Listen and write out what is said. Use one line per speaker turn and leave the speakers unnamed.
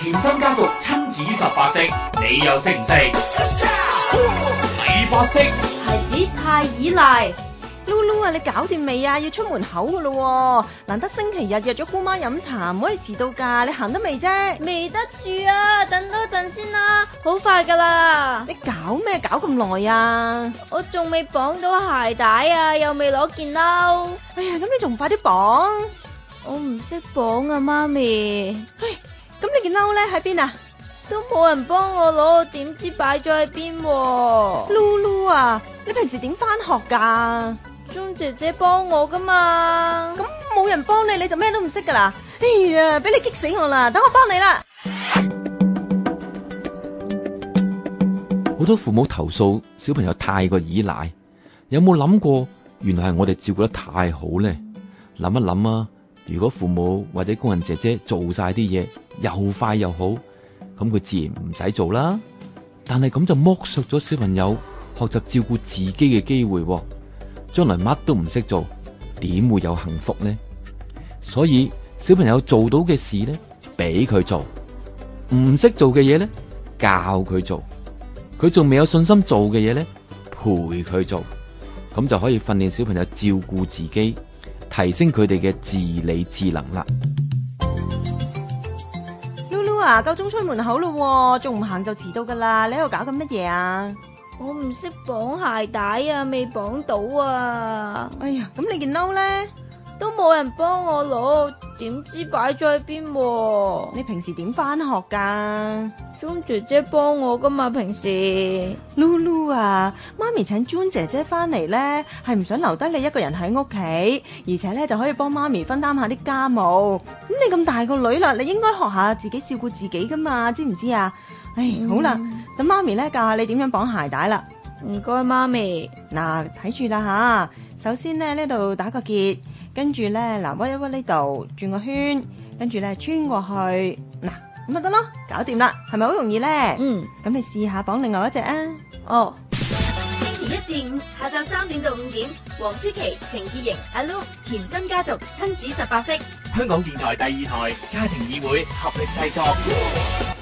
甜心家族親子十八式，你又識唔識？第八式，
孩子太依賴，
Lu Lu 啊，你搞掂未啊？要出門口噶咯喎，難得星期日約咗姑媽飲茶，唔可以遲到㗎。你行得未啫？
未得住啊！等多陣先啦，好快噶啦！
你搞咩搞咁耐啊？
我仲未綁到鞋帶啊，又未攞件褸，
哎呀，咁你仲快啲綁？
我唔識綁啊，媽咪
咁你件褸咧喺邊啊
都冇人幫我攞，我點知擺咗喺邊喎？
？Lu Lu 啊，你平時點翻學㗎？
鐘姐姐幫我噶嘛？
咁冇人幫你，你就咩都唔識㗎啦。哎呀，俾你激死我啦！等我幫你啦。
好多父母投訴小朋友太過依賴，有冇諗過原來係我哋照顧得太好呢？諗一諗啊，如果父母或者工人姐姐做晒啲嘢又快又好，咁佢自然唔使做啦。但係咁就剝削咗小朋友學習照顧自己嘅機會喎，將來乜都唔識做，點會有幸福呢？所以小朋友做到嘅事呢，俾佢做；唔識做嘅嘢呢，教佢做。佢仲未有信心做嘅嘢呢，陪佢做，咁就可以訓練小朋友照顧自己，提升佢哋嘅自理智能啦。
Lu Lu 啊，夠鐘出門口咯喎，仲唔行就遲到㗎啦。你喺度搞緊乜嘢啊？
我唔識綁鞋帶啊，未綁到啊，
哎呀，咁你件褸咧？
都冇人幫我攞，我點知擺咗喺邊喎？
你平時點翻學㗎？
鐘姐姐幫我噶嘛，平時
Lulu 啊，媽咪請 June 姐姐翻嚟呢，係唔想留低你一個人喺屋企，而且呢就可以幫媽咪分擔下啲家務。咁你咁大個女啦，你應該學下自己照顧自己噶嘛，知唔知啊？唉，好啦，等媽咪呢教下你點樣綁鞋帶啦。
唔該媽咪，
嗱，睇住啦吓，首先呢，呢度打個結，跟住呢，嗱屈一屈呢度，轉個圈，跟住呢，穿過去，嗱咁咪得咯，搞掂啦，係咪好容易呢？
嗯，
咁你試下綁另外一隻啊！
哦，
星期一至五下晝三點到五點，黃舒淇、程潔瑩、阿 Lu、甜心家族親子十八式。
香港電台第二台家庭議會合力製作。